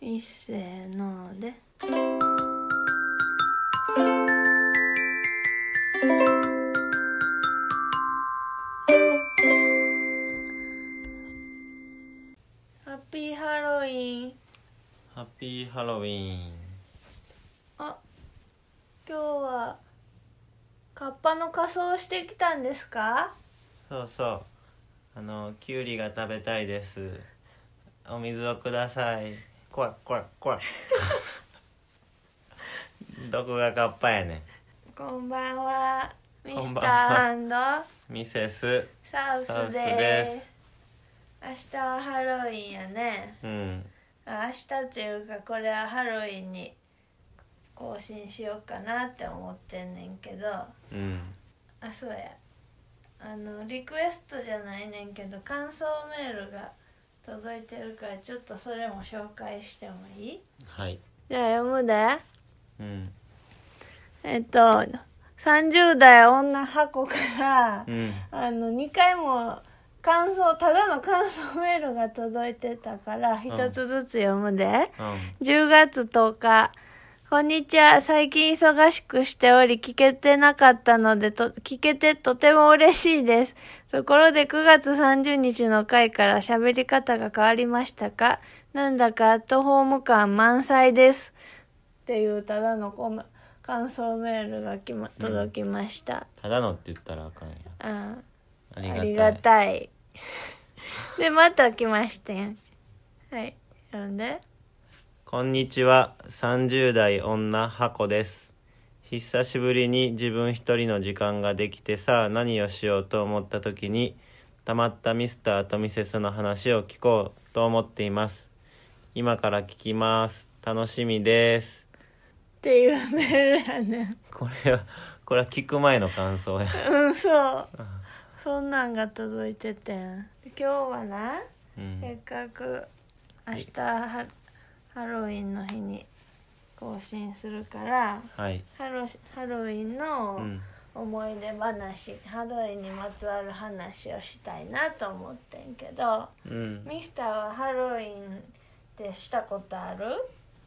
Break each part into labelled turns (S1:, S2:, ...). S1: いっせーのでハッピーハロウィン
S2: ハッピーハロウィン
S1: あ今日はカッパの仮装してきたんですか
S2: そうそうあのキュウリが食べたいですお水をください怖い怖い怖い どこがカッパやね
S1: こんばんはミ
S2: こ
S1: ス
S2: ん
S1: タ
S2: ばんは
S1: ー
S2: んミセス
S1: サウス
S2: サウス
S1: で
S2: ですす
S1: 明日はハロウィンやね
S2: うん
S1: あ明日っていうかこれはハロウィンに更新しようかなって思ってんねんけどあ
S2: うん
S1: そうやあのリクエストじゃないねんけど感想メールが届いてるからちょっとそれも紹介してもいい
S2: はい
S1: じゃあ読むで
S2: うん
S1: えっと30代女箱から
S2: うん
S1: あの2回も感想ただの感想メールが届いてたから一つずつ読むで、10月10日。こんにちは。最近忙しくしており、聞けてなかったので、と、聞けてとても嬉しいです。ところで9月30日の回から喋り方が変わりましたかなんだかアットホーム感満載です。っていうただのコメ感想メールがきま、届きました。
S2: ただのって言ったらあかんや
S1: うん
S2: あ
S1: ありがたい。 で、また来ましてん。はい。読んで。
S2: こんにちは30代女ハコです久しぶりに自分一人の時間ができてさあ何をしようと思った時にたまったミスターとミセスの話を聞こうと思っています今から聞きます楽しみです
S1: っていうメールやねん。
S2: これはこれは聞く前の感想 や
S1: うんそうそんなんが届いててん今日はな
S2: うん
S1: せっかく明日はハロウィンの日に更新するから
S2: はい
S1: ハロハロウィン
S2: う
S1: の
S2: ん
S1: 思い出話、ハロウィンにまつわる話をしたいなと思ってんけど
S2: うん
S1: ミスターはハロウィンってしたことある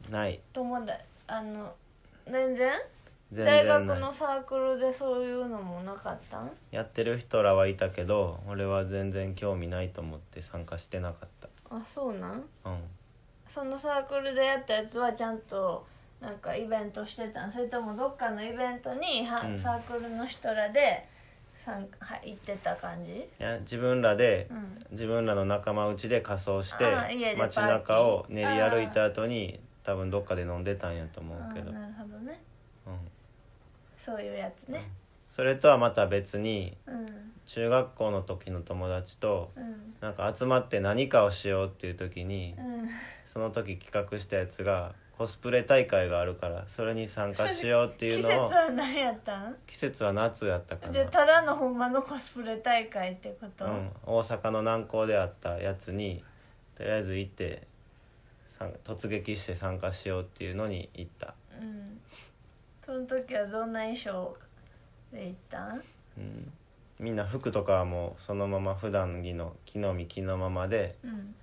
S2: ない
S1: 友達あの全然
S2: 全
S1: 大
S2: 然
S1: 学
S2: ない
S1: のサークルでそういうのもなかったん
S2: やってる人らはいたけど俺は全然興味ないと思って参加してなかっ
S1: あそうなん
S2: たうん
S1: そのサークルでやったやつはちゃんとなんかイベントしてたんそれともどっかのイベントには、
S2: うん
S1: サークルの人らで参は行ってた感じ
S2: いや自分らで、
S1: うん
S2: 自分らの仲間内で仮装して
S1: あー家でパーテ
S2: 街
S1: ィー
S2: 中を練り歩いた後に多分どっかで飲んでたんやと思
S1: あ
S2: う
S1: あ
S2: けど、うん、
S1: なるほどねそういうやつね
S2: それとはまた別に
S1: うん
S2: 中学校の時の友達と
S1: うん
S2: なんか集まって何かをしようっていう時に
S1: うん
S2: その時企画したやつがコスプレ大会があるからそれに参加しようっていう
S1: 季節
S2: のを
S1: は何やったん
S2: 季節は夏やったか
S1: じゃあ
S2: な、
S1: ただのほんまのコスプレ大会ってこと、
S2: うん、大阪の南港であったやつにとりあえず行ってさん突撃して参加しようっていうのに行った。
S1: うんその時はどんな衣装で行ったん
S2: うんみんな服とかはもうそのまま普段着の着の身着のままで、
S1: うん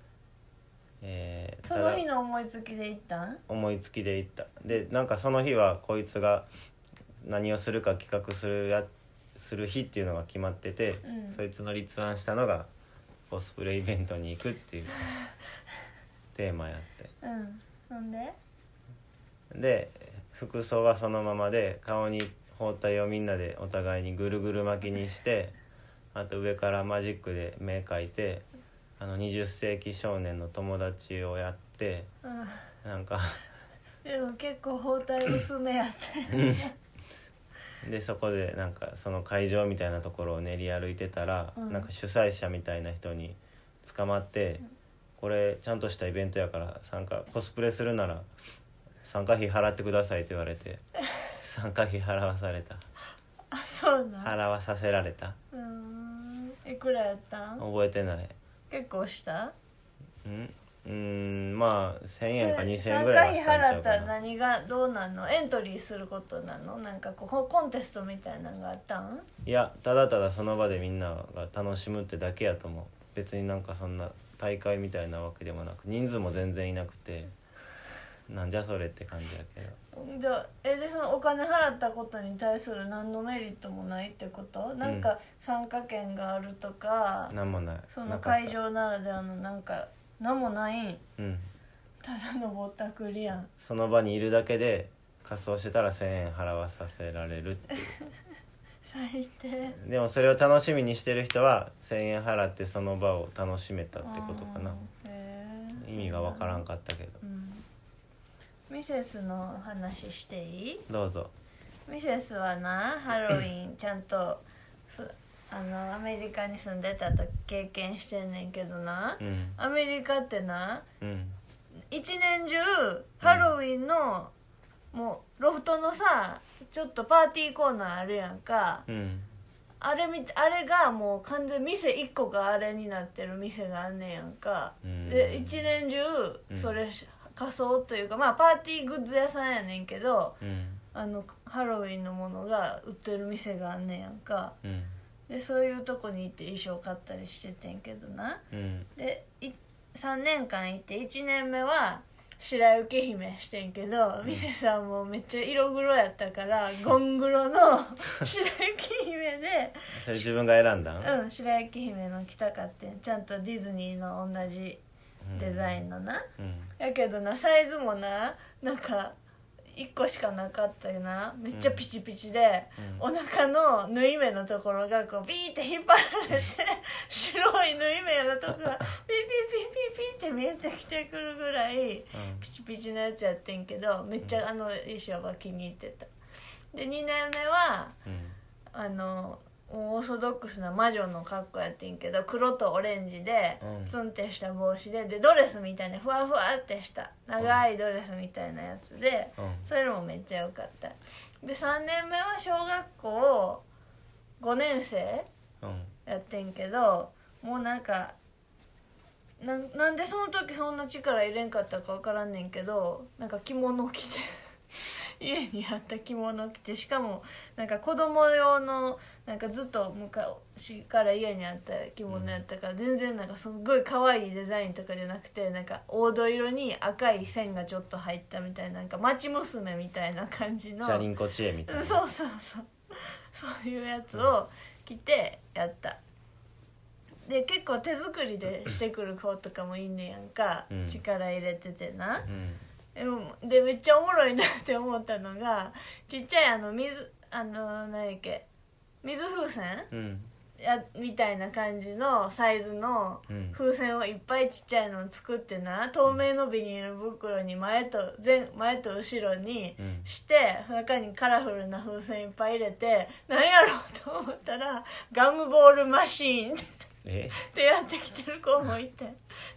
S2: えー
S1: そ
S2: た
S1: の
S2: だ
S1: 日の思いつきで行ったん
S2: 思いつきで行ったでなんかその日はこいつが何をするか企画するやする日っていうのが決まってて、
S1: うん
S2: そいつの立案したのがコスプレイベントに行く っていうテーマやって
S1: うんほんで
S2: で服装はそのままで顔に包帯をみんなでお互いにぐるぐる巻きにしてあと上からマジックで目描いてあの20世紀少年の友達をやって
S1: うん
S2: なんか
S1: でも結構包帯薄めやった よ
S2: でそこでなんかその会場みたいなところを練り歩いてたら、
S1: うん
S2: なんか主催者みたいな人に捕まって、これちゃんとしたイベントやから参加コスプレするなら参加費払ってくださいって言われて参加費払わされた。
S1: あそうなん
S2: 払わさせられた
S1: うーんいくらやったん
S2: 覚えてない
S1: 結構した
S2: うんうーんまあ1000円か2000円
S1: 参
S2: ぐ
S1: 加
S2: らい
S1: 費
S2: はしたんちゃ
S1: 払
S2: う
S1: った
S2: からな
S1: 何がどうなんのエントリーすることなのなんかこうコンテストみたいなのがあったん
S2: いやただただその場でみんなが楽しむってだけやと思う別になんかそんな大会みたいなわけでもなく人数も全然いなくてなんじゃそれって感じやけど
S1: じゃあえでそのお金払ったことに対する何のメリットもないってことなんか参加権があるとか、
S2: なんもない
S1: そ
S2: な
S1: の
S2: かった
S1: 会場ならではのなんか何もないん
S2: うん
S1: ただのぼったくりやん
S2: その場にいるだけで仮装してたら1,000円払わさせられるってい
S1: 最低
S2: うでもそれを楽しみにしてる人は1,000円払ってその場を楽しめたってことかな
S1: あーへー
S2: 意味がわからんかったけど
S1: うんミセスの話していい
S2: どうぞ
S1: ミセスはなハロウ ィンちゃんとすあのアメリカに住んでた時経験してんねんけどな
S2: うん
S1: アメリカってな
S2: うん
S1: 一年中ハロウィンの、もうロフトのさちょっとパーティーコーナーあるやんか
S2: うん
S1: あれみあれがもう完全店1個があれになってる店があんねやんか
S2: うん
S1: で一年中
S2: うん
S1: それし仮装というかまあパーティーグッズ屋さんやねんけど
S2: うん
S1: あのハロウィンのものが売ってる店があんねやんか
S2: うん
S1: でそういうとこに行って衣装買ったりしててんけどな
S2: うん
S1: でい3年間行って1年目は白雪姫してんけど、ミセさんもめっちゃ色黒やったからゴン黒の白雪姫で
S2: それ自分が選んだん、
S1: うん白雪姫の着たかってんちゃんとディズニーの同じ
S2: うん
S1: デザインのな、
S2: うん
S1: やけどなサイズもななんか1個しかなかったよなめっちゃピチピチで、
S2: うん
S1: お腹の縫い目のところがこうビーって引っ張ら れて白い縫い目のとこがピピピピピって見えてきてくるぐらい
S2: うん
S1: ピチピチのやつやってんけどめっちゃあの衣装が気に入ってたで2年目は
S2: うん
S1: あのオーソドックスな魔女の格好やってんけど黒とオレンジで、
S2: うん
S1: ツンってした帽子ででドレスみたいなふわふわってした長いドレスみたいなやつで、
S2: うん
S1: それもめっちゃ良かったで3年目は小学校5年生
S2: うん
S1: やってんけどもうなんかなんなんでその時そんな力入れんかったか分からんねんけどなんか着物着て 家にあった着物着てしかもなんか子供用のなんかずっと昔から家にあった着物やったから、全然なんかすっごい可愛いデザインとかじゃなくてなんか黄土色に赤い線がちょっと入ったみたいななんか町娘みたいな感じの
S2: チャリンコ知恵みたいな
S1: そうそうそう そういうやつを着てやったで結構手作りでしてくる子とかもいんねやんか、
S2: うん
S1: 力入れててな
S2: うん
S1: でもでめっちゃおもろいなって思ったのがちっちゃいあの水あの何やっけ水風船
S2: うん
S1: やみたいな感じのサイズの
S2: うん
S1: 風船をいっぱいちっちゃいのを作ってな透明のビニール袋に前と前前と後ろに
S2: うん
S1: して中にカラフルな風船いっぱい入れて何やろうと思ったらガムボールマシーン
S2: え
S1: ってやってきてる子もいて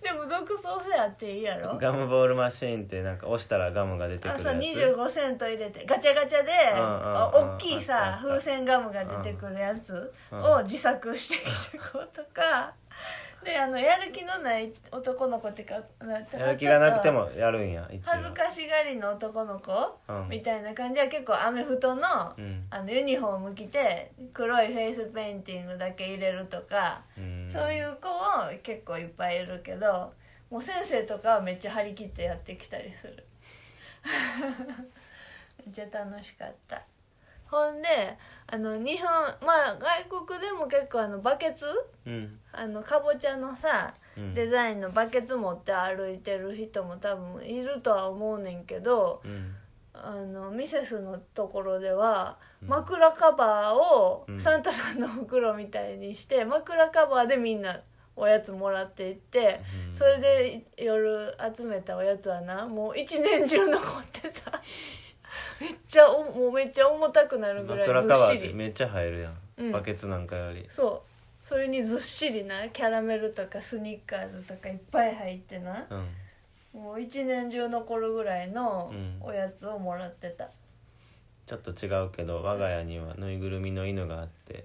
S1: でも独創性あっていいやろ
S2: ガムボールマシーンってなんか押したらガムが出てくる
S1: あ
S2: やつ
S1: そう25セント入れてガチャガチャで
S2: うん
S1: あ
S2: うん
S1: 大きいさ
S2: うんうん
S1: 風船ガムが出てくるやつ
S2: うん
S1: を自作してきた子とかであのやる気のない男の子ってかなんて
S2: やる気がなくてもやるんや一応
S1: 恥ずかしがりの男の子
S2: うん
S1: みたいな感じは結構アメフトの
S2: うん
S1: あのユニフォーム着て黒いフェイスペインティングだけ入れるとか、
S2: うん
S1: そういう子を結構いっぱいいるけどもう先生とかはめっちゃ張り切ってやってきたりする めっちゃ楽しかったほんであの日本まあ外国でも結構あのバケツ
S2: うん
S1: あのかぼちゃのさ
S2: うん
S1: デザインのバケツ持って歩いてる人も多分いるとは思うねんけど、
S2: うん
S1: あのミセスのところでは
S2: うん
S1: 枕カバーを
S2: うん
S1: サンタさんの袋みたいにして枕カバーでみんなおやつもらっていって
S2: うん
S1: それで夜集めたおやつはなもう一年中残ってためっちゃおもうめっちゃ重たくなるぐらい
S2: 枕
S1: ず
S2: カ
S1: っ
S2: バ
S1: し
S2: ーで
S1: り
S2: めっちゃ入るやん、
S1: うん
S2: バケツなんかより
S1: そうそれにずっしりなキャラメルとかスニッカーズとかいっぱい入ってな
S2: うん
S1: もう一年中残るぐらいの
S2: うん
S1: おやつをもらってた。
S2: ちょっと違うけど我が家にはぬいぐるみの犬があって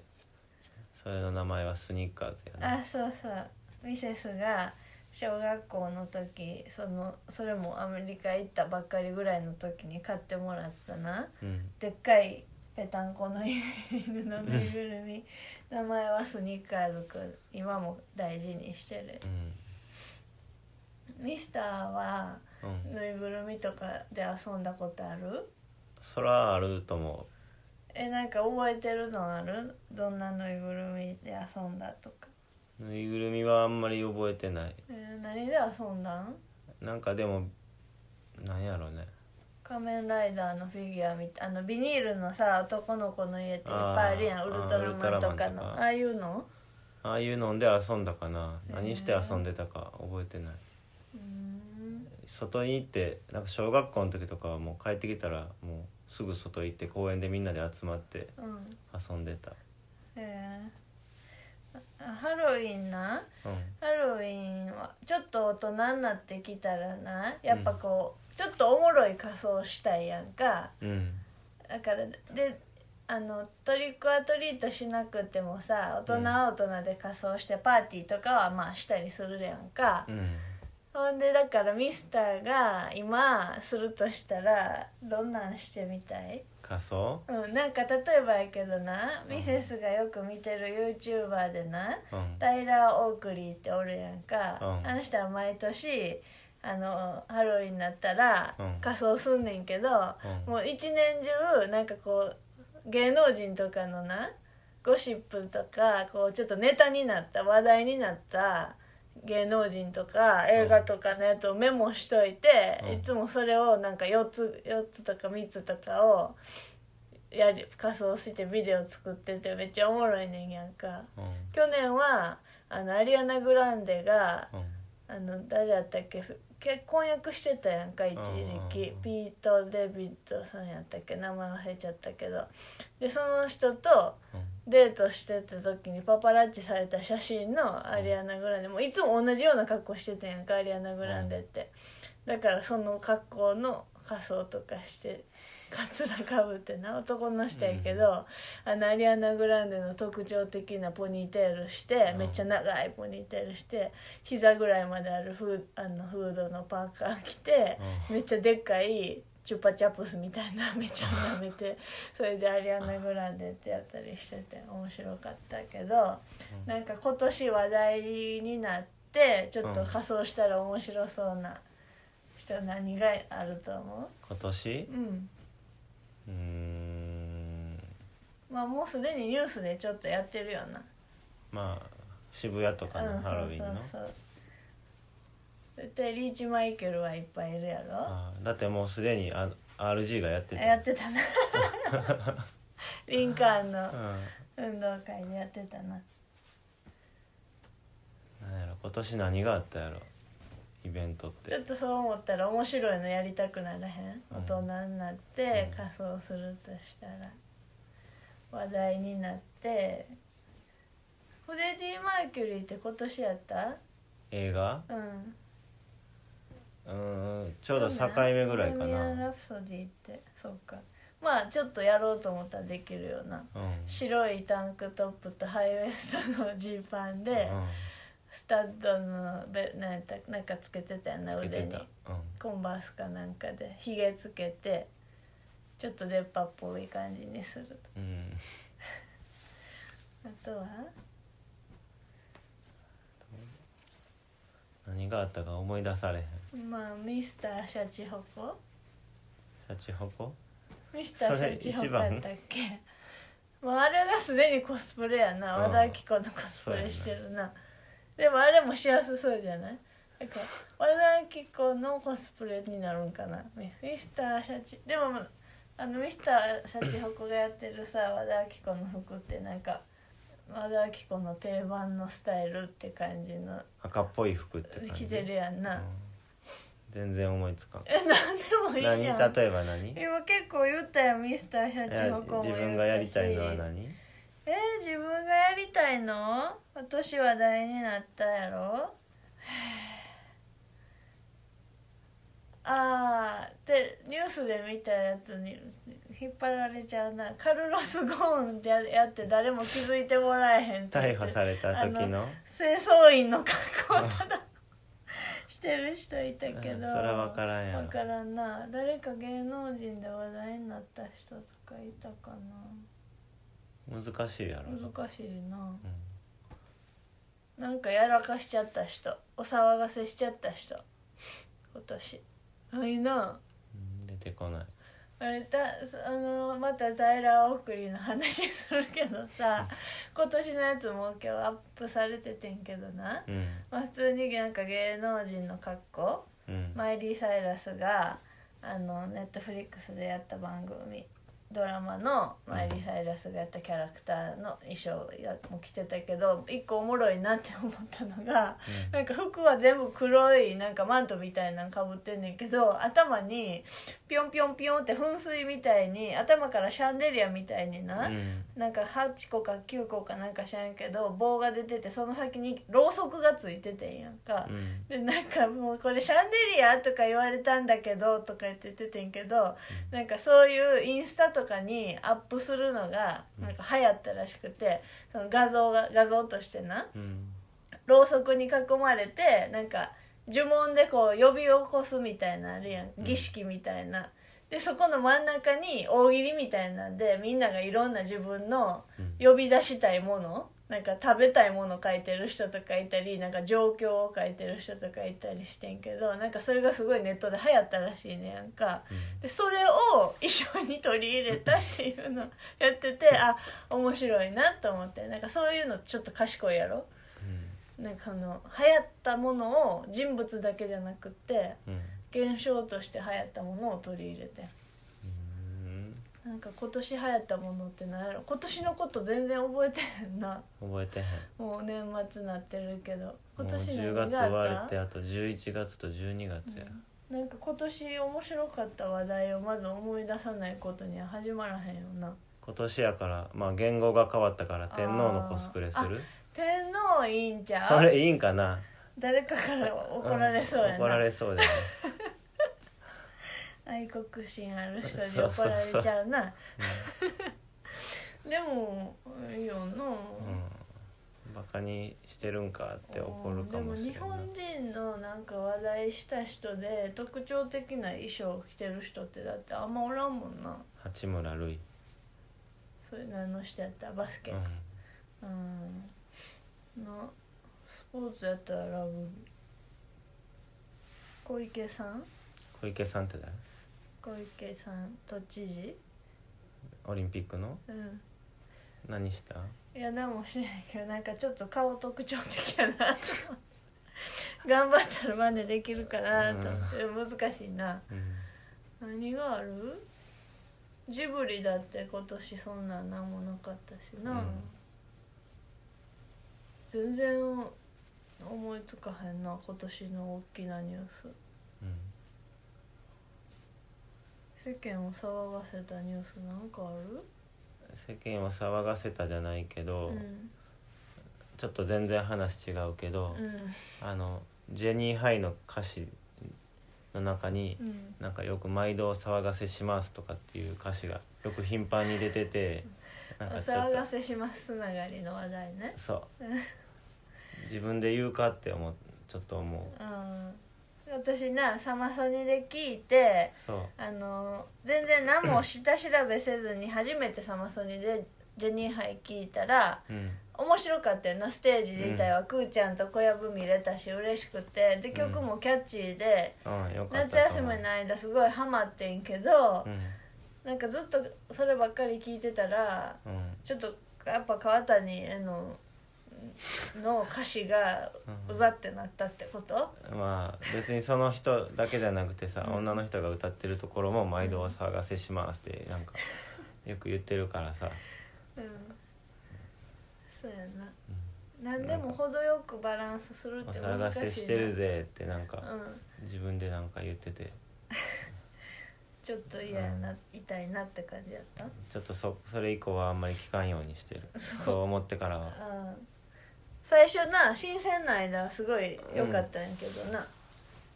S2: それの名前はスニッカーズや
S1: あ
S2: ね
S1: そうそうミセスが小学校の時そのそれもアメリカ行ったばっかりぐらいの時に買ってもらったな
S2: うん
S1: でっかいぺたんこの犬のぬいぐるみ名前はスニッカーズくん今も大事にしてる
S2: うん
S1: ミスターは
S2: うん、
S1: ぬいぐるみとかで遊んだことある
S2: それはあると思
S1: えなんか覚えてるのあるどんなぬいぐるみで遊んだとか、
S2: うぬいぐるみはあんまり覚えてない
S1: えー何で遊んだん
S2: なんかでもなんやろうね
S1: 仮面ライダーのフィギュアみたいあのビニールのさ男の子の家っていっぱいあるやん
S2: あ
S1: ウ
S2: ー
S1: ルトラマンとか
S2: ウルトラマンと
S1: の
S2: か
S1: ああいうの
S2: ああいうので遊んだかな
S1: へー
S2: 何して遊んでたか覚えてないう
S1: ーん
S2: 外に行ってなんか小学校の時とかはもう帰ってきたらもうすぐ外行って公園でみんなで集まって
S1: うん
S2: 遊んでた
S1: えーあハロウィンな
S2: うん
S1: ハロウィンはちょっと大人になってきたらなやっぱこう、ちょっとおもろい仮装したいやんか
S2: うん
S1: だからであのトリックアトリートしなくてもさ大人は大人で仮装してパーティーとかはまあしたりするやんか、
S2: うん
S1: ほんでだからミスターが今するとしたらどんなんしてみたい
S2: 仮装
S1: うんなんか例えばやけどなミセスがよく見てる YouTuber でな
S2: うん
S1: タイラー・オークリーっておるやんか、
S2: うん
S1: あの人は毎年あのハロウィンになったら
S2: うん
S1: 仮装すんねんけど、
S2: うん
S1: もう一年中なんかこう芸能人とかのなゴシップとかこうちょっとネタになった話題になった芸能人とか映画とかのやつをメモしといて、
S2: うん
S1: いつもそれをなんか4つ4つとか3つとかをやり仮装してビデオ作っててめっちゃおもろいねんやんか。
S2: うん
S1: 去年はあのアリアナ・グランデが
S2: うん
S1: あの誰やったっけふ結婚約してたやんか一時期
S2: うん
S1: ピート・デビッドさんやったっけ名前忘れちゃったけどでその人とデートしてた時にパパラッチされた写真のアリアナ・グランデもういつも同じような格好してたやんかアリアナ・グランデってだからその格好の仮装とかしてカツラかぶってな男の人やけど、あのアリアナ・グランデの特徴的なポニーテールして
S2: うん
S1: めっちゃ長いポニーテールして膝ぐらいまであるフーあのフードのパーカー着て
S2: う
S1: めっちゃでっかいチュッパチャップスみたいな めちゃ舐めてそれでアリアナ・グランデってやったりしてて面白かったけど
S2: うん
S1: なんか今年話題になってちょっと仮装したら面白そうな人何があると思
S2: 今年
S1: ううん
S2: うーん
S1: まあもうすでにニュースでちょっとやってるよな
S2: まあ渋谷とか
S1: う
S2: の
S1: ん
S2: ハロウィンの
S1: そうそうそう絶対リーチマイケルはいっぱいいるやろ
S2: あーだってもうすでにあ RG がやってた
S1: やって たなリンカーン
S2: うん
S1: の運動会でやってたな
S2: なんやろ今年何があったやろイベントっ
S1: ちょってとそう思ったら面白いのやりたくならへん、
S2: うん
S1: 大人になって
S2: うん
S1: 仮装するとしたら話題になってフレディ・マーキュリーって今年やった
S2: 映画
S1: うん
S2: うーんちょうど境目ぐらいか
S1: ボヘミアン
S2: な
S1: ラプソディってそうかまあちょっとやろうと思ったらできるよな
S2: うん
S1: 白いタンクトップとハイウエストのジーパンで、
S2: うん
S1: スタッドのベなんやったなんかつけてたよな
S2: つけ
S1: 腕
S2: て
S1: に
S2: たう
S1: コンバースかなんかでひげつけてちょっと出っ歯っぽい感じにすると
S2: んうん
S1: あとは
S2: 何があったか思い出されへん
S1: まあミスターシャチホコ
S2: シャチホコ
S1: ミスター
S2: そ
S1: シ
S2: れ
S1: ャチホ
S2: 一
S1: コ
S2: 番
S1: やったっけまああれがすでにコスプレやな
S2: うん
S1: 和田アキ子のコスプレしてるな、でもあれも幸せそうじゃないなんか和田アキ子のコスプレになるんかなミミスターシャチでもあのミスターシャチホコがやってるさ和田アキ子の服ってなんか和田アキ子の定番のスタイルって感じの
S2: 赤っぽい服って感じ
S1: 着てるやんな、
S2: うん全然思いつかん
S1: えなんでもい
S2: 何
S1: い
S2: 例
S1: やん
S2: えば何い
S1: 今結構言ったよミスターシャチ
S2: や
S1: ホコも言ったし
S2: 自分がやりたいのは何
S1: えー自分がやりたいの私話題になったやろ へーあーでニュースで見たやつに引っ張られちゃうなカルロス・ゴーンってややって誰も気づいてもらえへんって言
S2: 逮
S1: って
S2: 捕された時の
S1: 清掃員の格好をただ してる人いた
S2: うん
S1: けど
S2: それは分からんや
S1: わ
S2: ろ
S1: からんな誰か芸能人で話題になった人とかいたかな
S2: 難しいやろ
S1: 難しいな
S2: うん
S1: なんかやらかしちゃった人お騒がせしちゃった人今年ないな
S2: うん出てこない
S1: あれだあのまた在来送りの話するけどさ今年のやつも今日アップされててんけどな、
S2: うん
S1: まあ、普通になんか芸能人の格好
S2: うん
S1: マイリー・サイラスがあのネットフリックスでやった番組ドラマのマイリー・サイラスがやったキャラクターの衣装やも着てたけど一個おもろいなって思ったのが なんか服は全部黒いなんかマントみたいなのかぶってんねんけど頭にピョンピョンピョンって噴水みたいに頭からシャンデリアみたいにな、
S2: うん
S1: なんか8個か9個かなんか知らんけど棒が出ててその先にろうそくがついててんやんか。
S2: うん
S1: でなんかもうこれシャンデリアとか言われたんだけどとか言っててんけどなんかそういうインスタとかにアップするのがなんか流行ったらしくてその画像が画像としてな
S2: うん
S1: ろうそくに囲まれてなんか呪文でこう呼び起こすみたいなあるやん儀式みたいな。でそこの真ん中に大喜利みたいなんでみんながいろんな自分の
S2: うん
S1: 呼び出したいものなんか食べたいもの書いてる人とかいたりなんか状況を書いてる人とかいたりしてんけどなんかそれがすごいネットで流行ったらしいねやんかでそれを衣装に取り入れたっていうの やっててあ面白いなと思ってなんかそういうのちょっと賢いやろなんかあの流行ったものを人物だけじゃなくて
S2: うんうん
S1: 現象として流行ったものを取り入れて
S2: うん
S1: なんか今年流行ったものって何やろ今年のこと全然覚えてへんな
S2: 覚えてへん
S1: もう年末なってるけど
S2: も
S1: 今
S2: う
S1: 年
S2: 10
S1: 何
S2: 月
S1: が
S2: 終わ
S1: あ
S2: る
S1: っ
S2: って
S1: た
S2: あと11月と12月や
S1: なんか今年面白かった話題をまず思い出さないことには始まらへんよな
S2: 今年やからまあ言語が変わったから天皇のコスプレする
S1: 天皇いいんちゃ
S2: そうれいいんかな
S1: 誰かから怒られそうや
S2: ん怒ら
S1: な
S2: れそうだよね
S1: 愛国心ある人に
S2: そうそう
S1: 怒
S2: そう
S1: られちゃうなでもいいよな、
S2: うんバカにしてるんかって怒るかもしれん
S1: で
S2: な
S1: も日本人のなんか話題した人で特徴的な衣装を着てる人ってだってあんまおらんもんな
S2: 八村塁
S1: それ何の人やったバスケ
S2: う
S1: か
S2: ん
S1: うんのスポーツやったらラグビー小池さん
S2: 小池さんって誰
S1: 小池さん都知事
S2: オリンピックの
S1: うん
S2: 何した
S1: いや何もしないけどなんかちょっと顔特徴的やなと思って頑張ったら真似できるかなと思って難しいな
S2: うん
S1: 何があるジブリだって今年そんなん何もなかったしな、
S2: うん
S1: 全然思いつかへんな今年の大きなニュー
S2: うん
S1: ス世間を騒がせたニュースなんかある
S2: 世間を騒がせたじゃないけど、
S1: うん
S2: ちょっと全然話違うけど、
S1: うん
S2: あのジェニーハイの歌詞の中に
S1: うん
S2: なんかよく「毎度お騒がせします」とかっていう歌詞がよく頻繁に出てて
S1: お
S2: なんかちょっ
S1: 騒
S2: と
S1: がせしますつながりの話題ね
S2: そう自分で言うかって思うちょっと思う
S1: うん私なサマソニで聞いて
S2: そ
S1: あの全然何も下調べせずに初めてサマソニでジェニーハイ聞いたら
S2: ううん
S1: 面白かったよなステージ自体は、くーちゃんと小籔見れたし嬉しくてで曲もキャッチーで、
S2: うんよかった
S1: 夏
S2: と思う
S1: 休みの間すごいハマってんけど
S2: う、ん
S1: なんかずっとそればっかり聞いてたら
S2: うん
S1: ちょっとやっぱ川谷へのの歌詞が
S2: うん
S1: うざってなったってこと、
S2: まあ別にその人だけじゃなくてさ、
S1: うん
S2: 女の人が歌ってるところも「毎度お騒がせします」ってなんかよく言ってるからさ、
S1: うん、そうやな何でも程よくバランスする
S2: お
S1: って
S2: 騒
S1: 難
S2: が
S1: しいな
S2: せしてるぜってなん
S1: う
S2: か
S1: ん
S2: 自分でなんか言ってて
S1: ちょっと嫌やな、
S2: うん
S1: 痛いなって感じやった
S2: ちょっとそそれ以降はあんまり聞かんようにしてる
S1: そう
S2: そう思ってから
S1: う
S2: は
S1: ん最初な新鮮な間はすごい良かったんやけどな、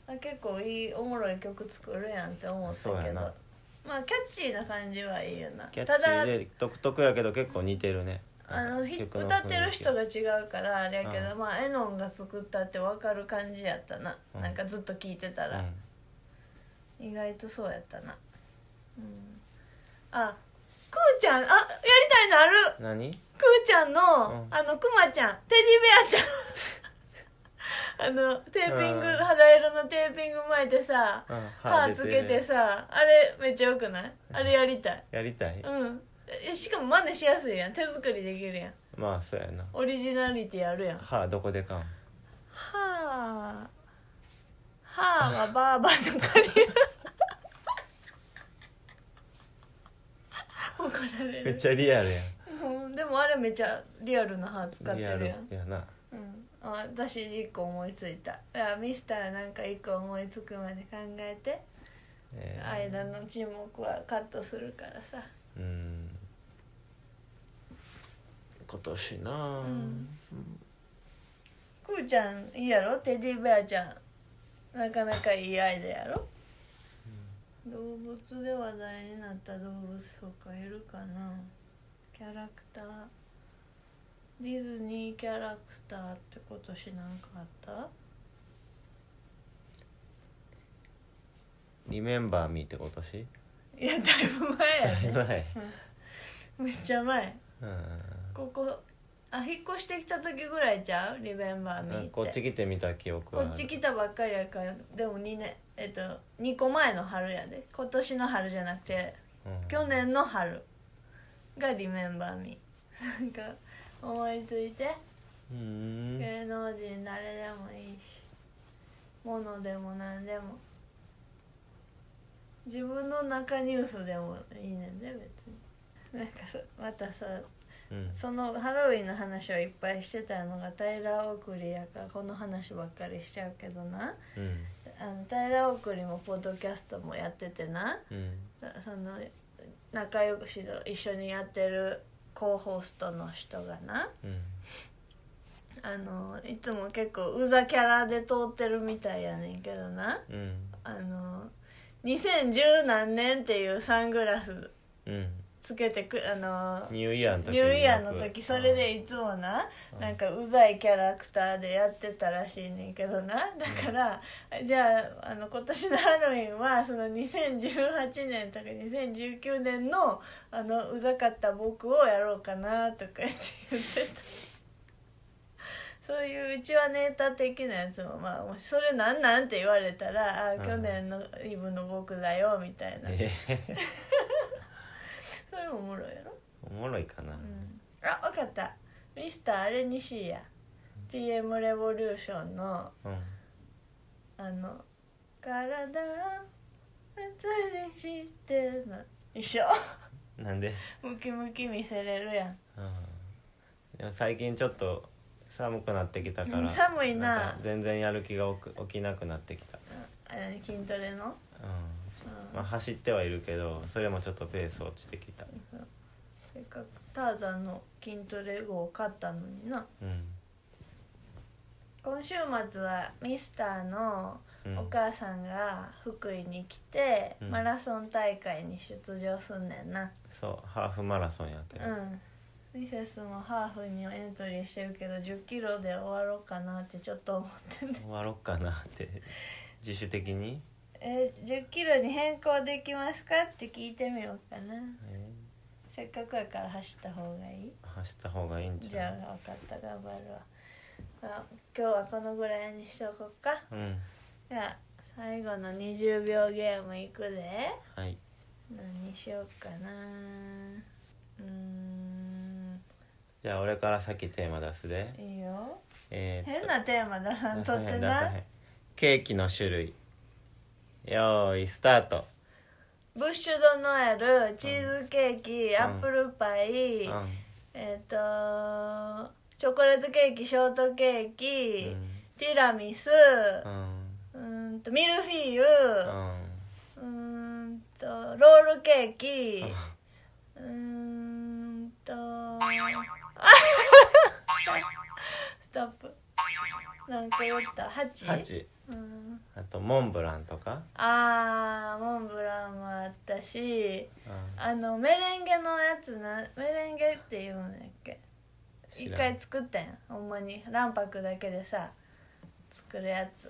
S1: あ結構いいおもろい曲作るやんって思った
S2: そう
S1: け
S2: や
S1: ど
S2: な
S1: まあキャッチーな感じはいいよな
S2: キャ
S1: た
S2: ッチー
S1: だ
S2: で独特やけど結構似てるね
S1: あのひ
S2: 曲の雰囲気
S1: 歌ってる人が違うからあれやけど、
S2: う
S1: まあエノンが作ったって分かる感じやったな、
S2: うん
S1: なんかずっと聴いてたら、
S2: うん
S1: 意外とそうやったなうんあくーちゃんあやりたいのある
S2: 何
S1: くーちゃんの、
S2: うん
S1: あのくまちゃんテディベアちゃん あのテーピング肌色のテーピング巻いてさ
S2: うん
S1: 歯つけ
S2: 出
S1: て
S2: ね
S1: さあれめっちゃよくないあれやりたい
S2: やりたい
S1: うんえしかも真似しやすいやん手作りできるやん
S2: まあそうやな
S1: オリジナリティあるやんは
S2: 歯どこでかん
S1: あはあがばあばとかに怒られ
S2: めっ
S1: る
S2: ちゃリアルやん
S1: うんでもあれめっちゃリアルな歯使って
S2: リ
S1: る
S2: ア
S1: や
S2: ル
S1: ん
S2: やな
S1: うん、あ私一個思いついたいやミスターなんか一個思いつくまで考えて
S2: え
S1: 間の沈黙はカットするからさ
S2: ーうん今年な、
S1: うんくーちゃんいいやろテディベアちゃんなかなかいいアイデアやろ、動物で話題になった動物とかいるかなキャラクターディズニーキャラクターって今年なんかあった
S2: リメンバーミーって今年
S1: いやだいぶ前や
S2: だいぶ
S1: ね
S2: 前
S1: めっちゃ前
S2: うん
S1: ここあ引っ越してきた時ぐらいちゃうリベンバーミーって
S2: こっち来てみた記憶
S1: こ
S2: はある
S1: っち来たばっかりやからでも2年えっと2個前の春やで今年の春じゃなくて
S2: うん
S1: 去年の春がリメンバーミーなんか思いついて
S2: うん
S1: 芸能人誰でもいいし物でも何でも自分の中ニュースでもいいねんね別になんかさまたさ
S2: うん
S1: そのハロウィンの話をいっぱいしてたのがタイラー・オークリーやからこの話ばっかりしちゃうけどな
S2: うん
S1: あのタイラー・オークリーもポッドキャストもやっててな
S2: うん
S1: その仲良しの一緒にやってるコーホストの人がな
S2: うん
S1: あのいつも結構うざキャラで通ってるみたいやねんけどな
S2: うん
S1: あの2010何年っていうサングラス
S2: うん
S1: つけてくあの
S2: ニューイヤーの時
S1: ニューイヤーの時それでいつもななんかうざいキャラクターでやってたらしいねんけどなだからじゃああの今年のハロウィンはその2018年とか2019年のあのうざかった僕をやろうかなとか言って言ってた。そういううちはネタ的なやつもまあもしそれなんなんって言われたらあ
S2: うん
S1: 去年のイブの僕だよみたいな
S2: ええ
S1: それもおもろいやろ
S2: おもろいかな、
S1: うん、あわかったミスターあれにしいや TM レボリューションの
S2: うん
S1: あの「体移りして」の一緒
S2: なんで、
S1: ムキムキ見せれるやん
S2: うん、でも最近ちょっと寒くなってきたか
S1: うん
S2: ら
S1: 寒いなん
S2: か全然やる気がおく起きなくなってきた、
S1: あれ筋トレの、
S2: うん
S1: うん
S2: まあ、走ってはいるけどそれもちょっとペース落ちてきた
S1: せっかくターザンの筋トレ号を買ったのにな
S2: うん、
S1: 今週末はミスターの
S2: うん、
S1: お母さんが福井に来て、
S2: うん
S1: マラソン大会に出場すんねんな、
S2: そうハーフマラソンやけど、
S1: うんミセスもハーフにエントリーしてるけど1 0キロで終わろうかなってちょっと思ってね
S2: 終わろっかなって自主的に、
S1: え1 0キロに変更できますかって聞いてみようかな
S2: え
S1: せっかくやから走った方がいい
S2: ー走った方がいいん
S1: じ
S2: じゃ
S1: ゃあ分かった頑張るわあ今日はこのぐらいにしとこうか
S2: ううん
S1: じゃあ最後の20秒ゲームいくで
S2: はい
S1: 何しようかなうーん
S2: じゃあ俺からさっきテーマ出すで、
S1: いいよ
S2: えーっと
S1: 変なテーマださんとって
S2: 出さへ
S1: なん
S2: ケーキの種類よーいスタート
S1: ブッシュドノエルチーズケーキ、アップルパイ、
S2: う
S1: えっ、とチョコレートケーキショートケーキ、
S2: ん
S1: ティラミス、
S2: うん
S1: うーんとミルフィーユ、
S2: うん
S1: うーんとロールケーキ、うーんと あストップ何個言った八？
S2: 八
S1: うん
S2: あとモンブランとか
S1: あーモンブランもあったし
S2: うん
S1: あのメレンゲのやつなメレンゲって言うんだっけ
S2: 知
S1: 一
S2: らん
S1: 回作ったやんほんまに卵白だけでさ作るやつ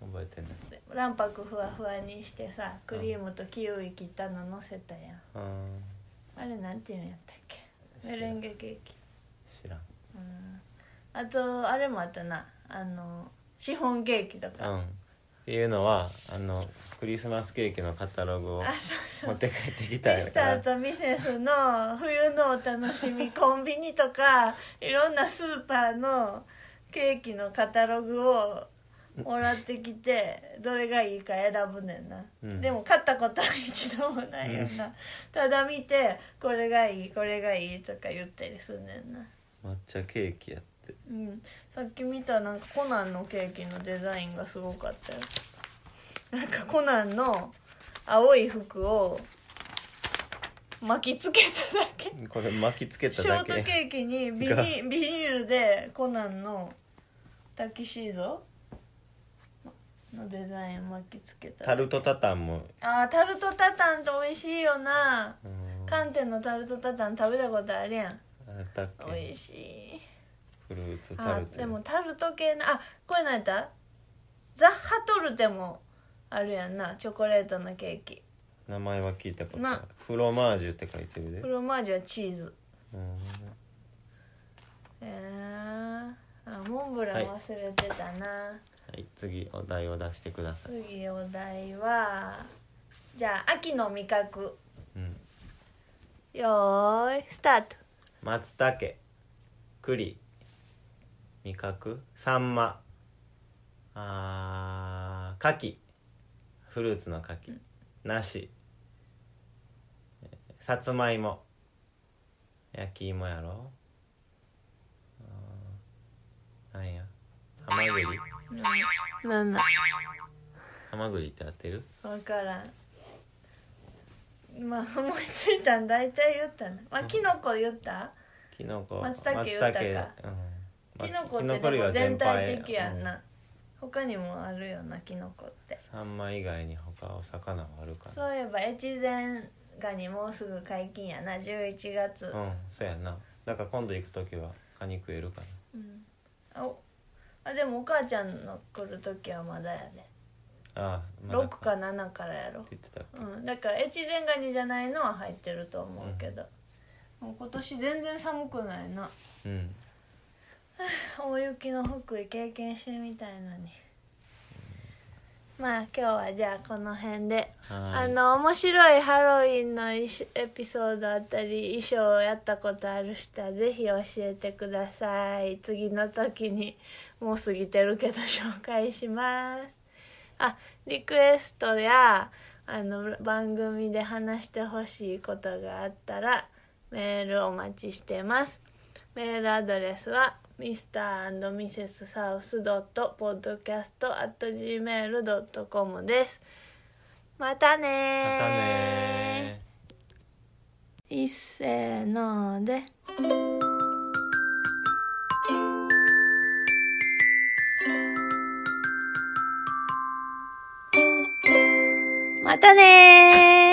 S2: 覚えてない
S1: 卵白ふわふわにしてさクリームとキウイ切ったの乗せたやん
S2: うん
S1: あれなんていうんやったっけメレンゲケーキ
S2: 知らん
S1: うんあとあれもあったなあのシフォンケーキと
S2: う
S1: か、
S2: んっていうのはあのクリスマスケーキのカタログを
S1: あそうそ
S2: 持
S1: う
S2: って帰ってきた
S1: ミ
S2: んや
S1: ス
S2: か
S1: タ
S2: ら
S1: ーとミセスの冬のお楽しみコンビニと かいろんなスーパーのケーキのカタログをもらってきてどれがいいか選ぶねんな、
S2: うん
S1: でも買ったことは一度もないよな、ただ見てこれがいいこれがいいとか言ったりすんねんな
S2: 抹茶ケーキやって
S1: うん、さっき見たなんかコナンのケーキのデザインがすごかったよなんかコナンの青い服を巻きつけただけ
S2: これ巻きつけた
S1: ショ
S2: だ
S1: ート
S2: け
S1: ケーキにビニ
S2: が
S1: ビニールでコナンのタキシードのデザイン巻きつけた
S2: タ
S1: だけ
S2: ルトタタンも、
S1: あータルトタタンって美味しいよな
S2: うん、あ
S1: 寒天のタルトタタン食べたことあるやん
S2: ったっ
S1: 美味
S2: け
S1: しい
S2: フルーツタ
S1: あ
S2: ルト
S1: でもタルト系なあこれ何やったザッハトルテもあるやんなチョコレートのケーキ
S2: 名前は聞いたことある
S1: な
S2: フロマージュって書いてるで
S1: フロマージュはチーズ
S2: うん
S1: へえあモンブラン忘れてたな、
S2: はい次お題を出してください、
S1: 次お題はじゃあ秋の味覚
S2: うん、
S1: よーいスタート
S2: 松茸栗味覚サンマあー牡蠣フルーツの牡蠣梨えーさつまいも焼き芋やろあーなんやハマグリ
S1: なんだ
S2: ハマグリって合ってる
S1: 分からんまあ思いついたん大体言ったなまあキノコ言った
S2: キノコ
S1: 松茸言うたか
S2: うんま
S1: キノコってで
S2: キノコ類は
S1: も全体
S2: 般
S1: 的やん
S2: うん
S1: な他にもあるよなキノコって
S2: サンマ以外に他お魚はあるかな
S1: そういえば越前ガニもうすぐ解禁やな11月
S2: うんそうやなだから今度行く時はカニ食えるかな
S1: うんあおあでもお母ちゃんの来る時はまだやね
S2: ああ
S1: 6
S2: か
S1: か
S2: って
S1: 7からやろ
S2: 言ってたっけ
S1: うんだから越前ガニじゃないのは入ってると思うけど、もう今年全然寒くないな
S2: うん
S1: 大雪の福井経験してみたいのにまあ今日はじゃあこの辺で
S2: は
S1: あ
S2: ーい
S1: の面白いハロウィンの衣装エピソードあったり衣装をやったことある人はぜひ教えてください次の時にもう過ぎてるけど紹介しますあリクエストやあの番組で話してほしいことがあったらメールお待ちしてますメールアドレスは mr.mrs.south.podcast.gmail.com ですまたねー
S2: またねー
S1: いっせーのでまたねー